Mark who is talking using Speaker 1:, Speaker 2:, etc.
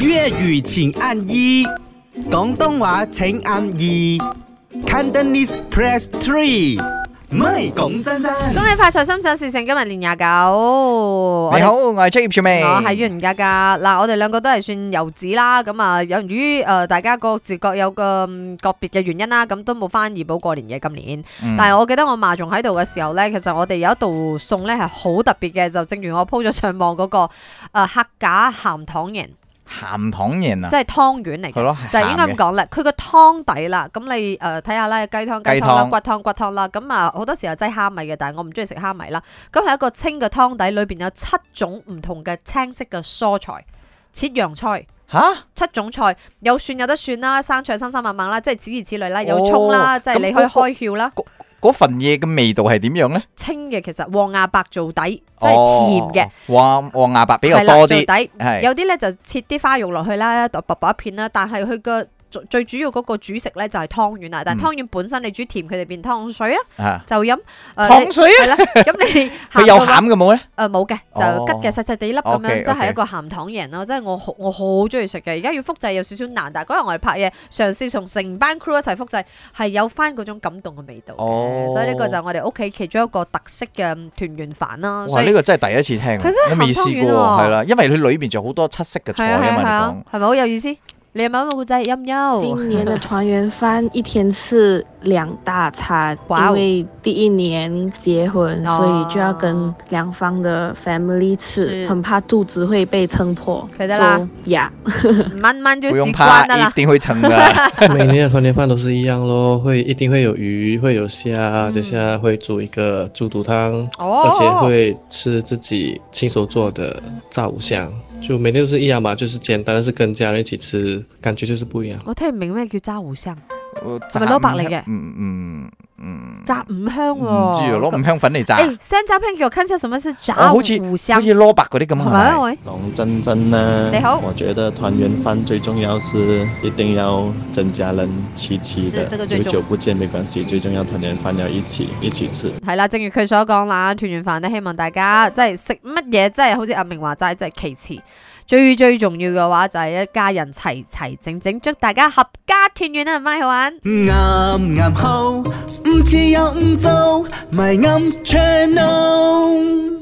Speaker 1: 粤语请按一，广东话请按二，Cantonese press three。唔系讲真真，
Speaker 2: 恭喜發財心想事成，今日年廿九。我
Speaker 3: 你
Speaker 2: 哋
Speaker 3: 好，我系職業傳媒。
Speaker 2: 我係袁家家。嗱，我哋兩個都係算遊子啦。咁啊，由於诶、呃大家各自各有個嗯個別嘅原因啦，咁都冇翻怡保過年嘅今年。
Speaker 3: 嗯
Speaker 2: 但係我記得我嫲仲喺度嘅時候咧，其實我哋有一道餸咧係好特別嘅，就正如我 po 咗上網嗰、個个呃客家鹹糖圓，
Speaker 3: 鹹糖人啊
Speaker 2: 即，係湯圓嚟
Speaker 3: 係
Speaker 2: 嘅。
Speaker 3: 咯，
Speaker 2: 就係應該
Speaker 3: 鹹
Speaker 2: 咁
Speaker 3: 嘅
Speaker 2: 講啦，佢個湯底啦，咁你誒睇下啦，雞湯、雞
Speaker 3: 雞
Speaker 2: 湯啦、
Speaker 3: 湯
Speaker 2: 骨湯、骨湯啦，咁啊好多時候擠蝦米嘅，但係我唔中意食蝦米啦。咁係一個清嘅湯底，裏邊有七種唔同嘅青色嘅蔬菜，切洋菜。
Speaker 3: 吓，
Speaker 2: 七種菜有蒜有得蒜啦，生菜生生猛猛啦，即係此如此類啦，有葱啦，
Speaker 3: 哦
Speaker 2: 即係你可以
Speaker 3: 咁嗰個
Speaker 2: 開竅啦。
Speaker 3: 嗰份嘢嘅味道係點樣咧？
Speaker 2: 清嘅其實黃牙白做底，即係甜嘅。
Speaker 3: 嘅，黃黃牙白哦比較
Speaker 2: 係啦
Speaker 3: 多
Speaker 2: 做
Speaker 3: 啲，
Speaker 2: 底
Speaker 3: 係
Speaker 2: 有啲咧就切啲花肉落去啦，薄薄一片啦。但係佢個最最主要嗰個主食咧就係湯圓啊
Speaker 3: 嗯
Speaker 2: 啦。但係湯圓本身你煮甜，佢哋變湯水啦，
Speaker 3: 啊，
Speaker 2: 就飲誒
Speaker 3: 糖水啊，
Speaker 2: 係啦。咁你
Speaker 3: 佢有
Speaker 2: 呃鹹啊到
Speaker 3: 餡嘅冇咧？
Speaker 2: 誒冇嘅，就
Speaker 3: 哦
Speaker 2: 吉嘅細細地粒咁樣，
Speaker 3: OK，OK
Speaker 2: 即係一個鹹糖人咯。即係我好我好中意食嘅。而家要複製有少少難，但係嗰日我哋拍嘢，嘗試同成班 crew 一齊複製，係有翻嗰種感動嘅味道嘅。
Speaker 3: 哦
Speaker 2: 所以呢個就係我哋屋企其中一個特色嘅團圓飯啦。所
Speaker 3: 哇，
Speaker 2: 以
Speaker 3: 呢個真係第一次聽
Speaker 2: 係咩
Speaker 3: 喎，我未
Speaker 2: 鹹湯
Speaker 3: 試
Speaker 2: 圓
Speaker 3: 過
Speaker 2: 喎
Speaker 3: 喎，係啦，因為佢裏邊仲有好多七色嘅
Speaker 2: 係
Speaker 3: 菜
Speaker 2: 啊係啊
Speaker 3: 啊
Speaker 2: 係
Speaker 3: 嘛，
Speaker 2: 啊
Speaker 3: 你，
Speaker 2: 係咪好有意思？你有冇一個仔陰憂？
Speaker 4: 今年的团圆饭一天吃两大餐，
Speaker 2: 哇哦
Speaker 4: 因为第一年结婚，
Speaker 2: 哦
Speaker 4: 所以就要跟两方的 family
Speaker 2: 是
Speaker 4: 吃，很怕肚子会被撑破。
Speaker 2: 可以的啦
Speaker 4: So, yeah
Speaker 2: 慢慢就
Speaker 3: 講，
Speaker 2: 習
Speaker 3: 不用
Speaker 2: 慣啊
Speaker 3: 怕，
Speaker 2: 啦
Speaker 3: 一
Speaker 2: 啦。
Speaker 3: 定會成 嘅。
Speaker 5: 每年的团年饭都是一样咯，会一定会有鱼，会有虾，
Speaker 2: 嗯
Speaker 5: 等下会煮一个猪肚汤，而且
Speaker 2: 哦，
Speaker 5: 会吃自己亲手做的炸五香，就每天都是一样嘛，就是简单，但是跟家人一起吃，感觉就是不一样。
Speaker 2: 我聽唔明咩叫揸胡香，
Speaker 3: 我
Speaker 2: 係咪
Speaker 3: 炸
Speaker 2: 蘿蔔
Speaker 3: 五
Speaker 2: 嚟
Speaker 3: 香
Speaker 2: 嘅
Speaker 3: 嗯嗯嗯，
Speaker 2: 炸五香
Speaker 3: 唔知
Speaker 2: 喎。哎
Speaker 3: 啊，攞五香粉嚟炸，
Speaker 2: 誒，山楂片給我看一下什麼是炸
Speaker 3: 哦好似
Speaker 2: 五香
Speaker 3: 好，似蘿蔔嗰啲咁
Speaker 2: 係
Speaker 3: 係
Speaker 2: 咪啊
Speaker 3: 咪？
Speaker 2: 喂？
Speaker 6: 龙真真呢？
Speaker 2: 你好
Speaker 6: 我觉得团圆饭最重要是一定要整家人齐齐
Speaker 2: 是
Speaker 6: 的，
Speaker 2: 这个最
Speaker 6: 久
Speaker 2: 重
Speaker 6: 久不见没关系，最重要团圆饭要一起一起吃。
Speaker 2: 係啦，正如佢所講啦，團圓飯咧，希望大家即係食乜嘢，即係好似阿明話齋，即係其次。最最重要嘅話就係一家人齊齊整整，祝大家合家團圓啊，唔咪好玩。
Speaker 1: 啱啱好，唔似又唔做，咪啱 channel。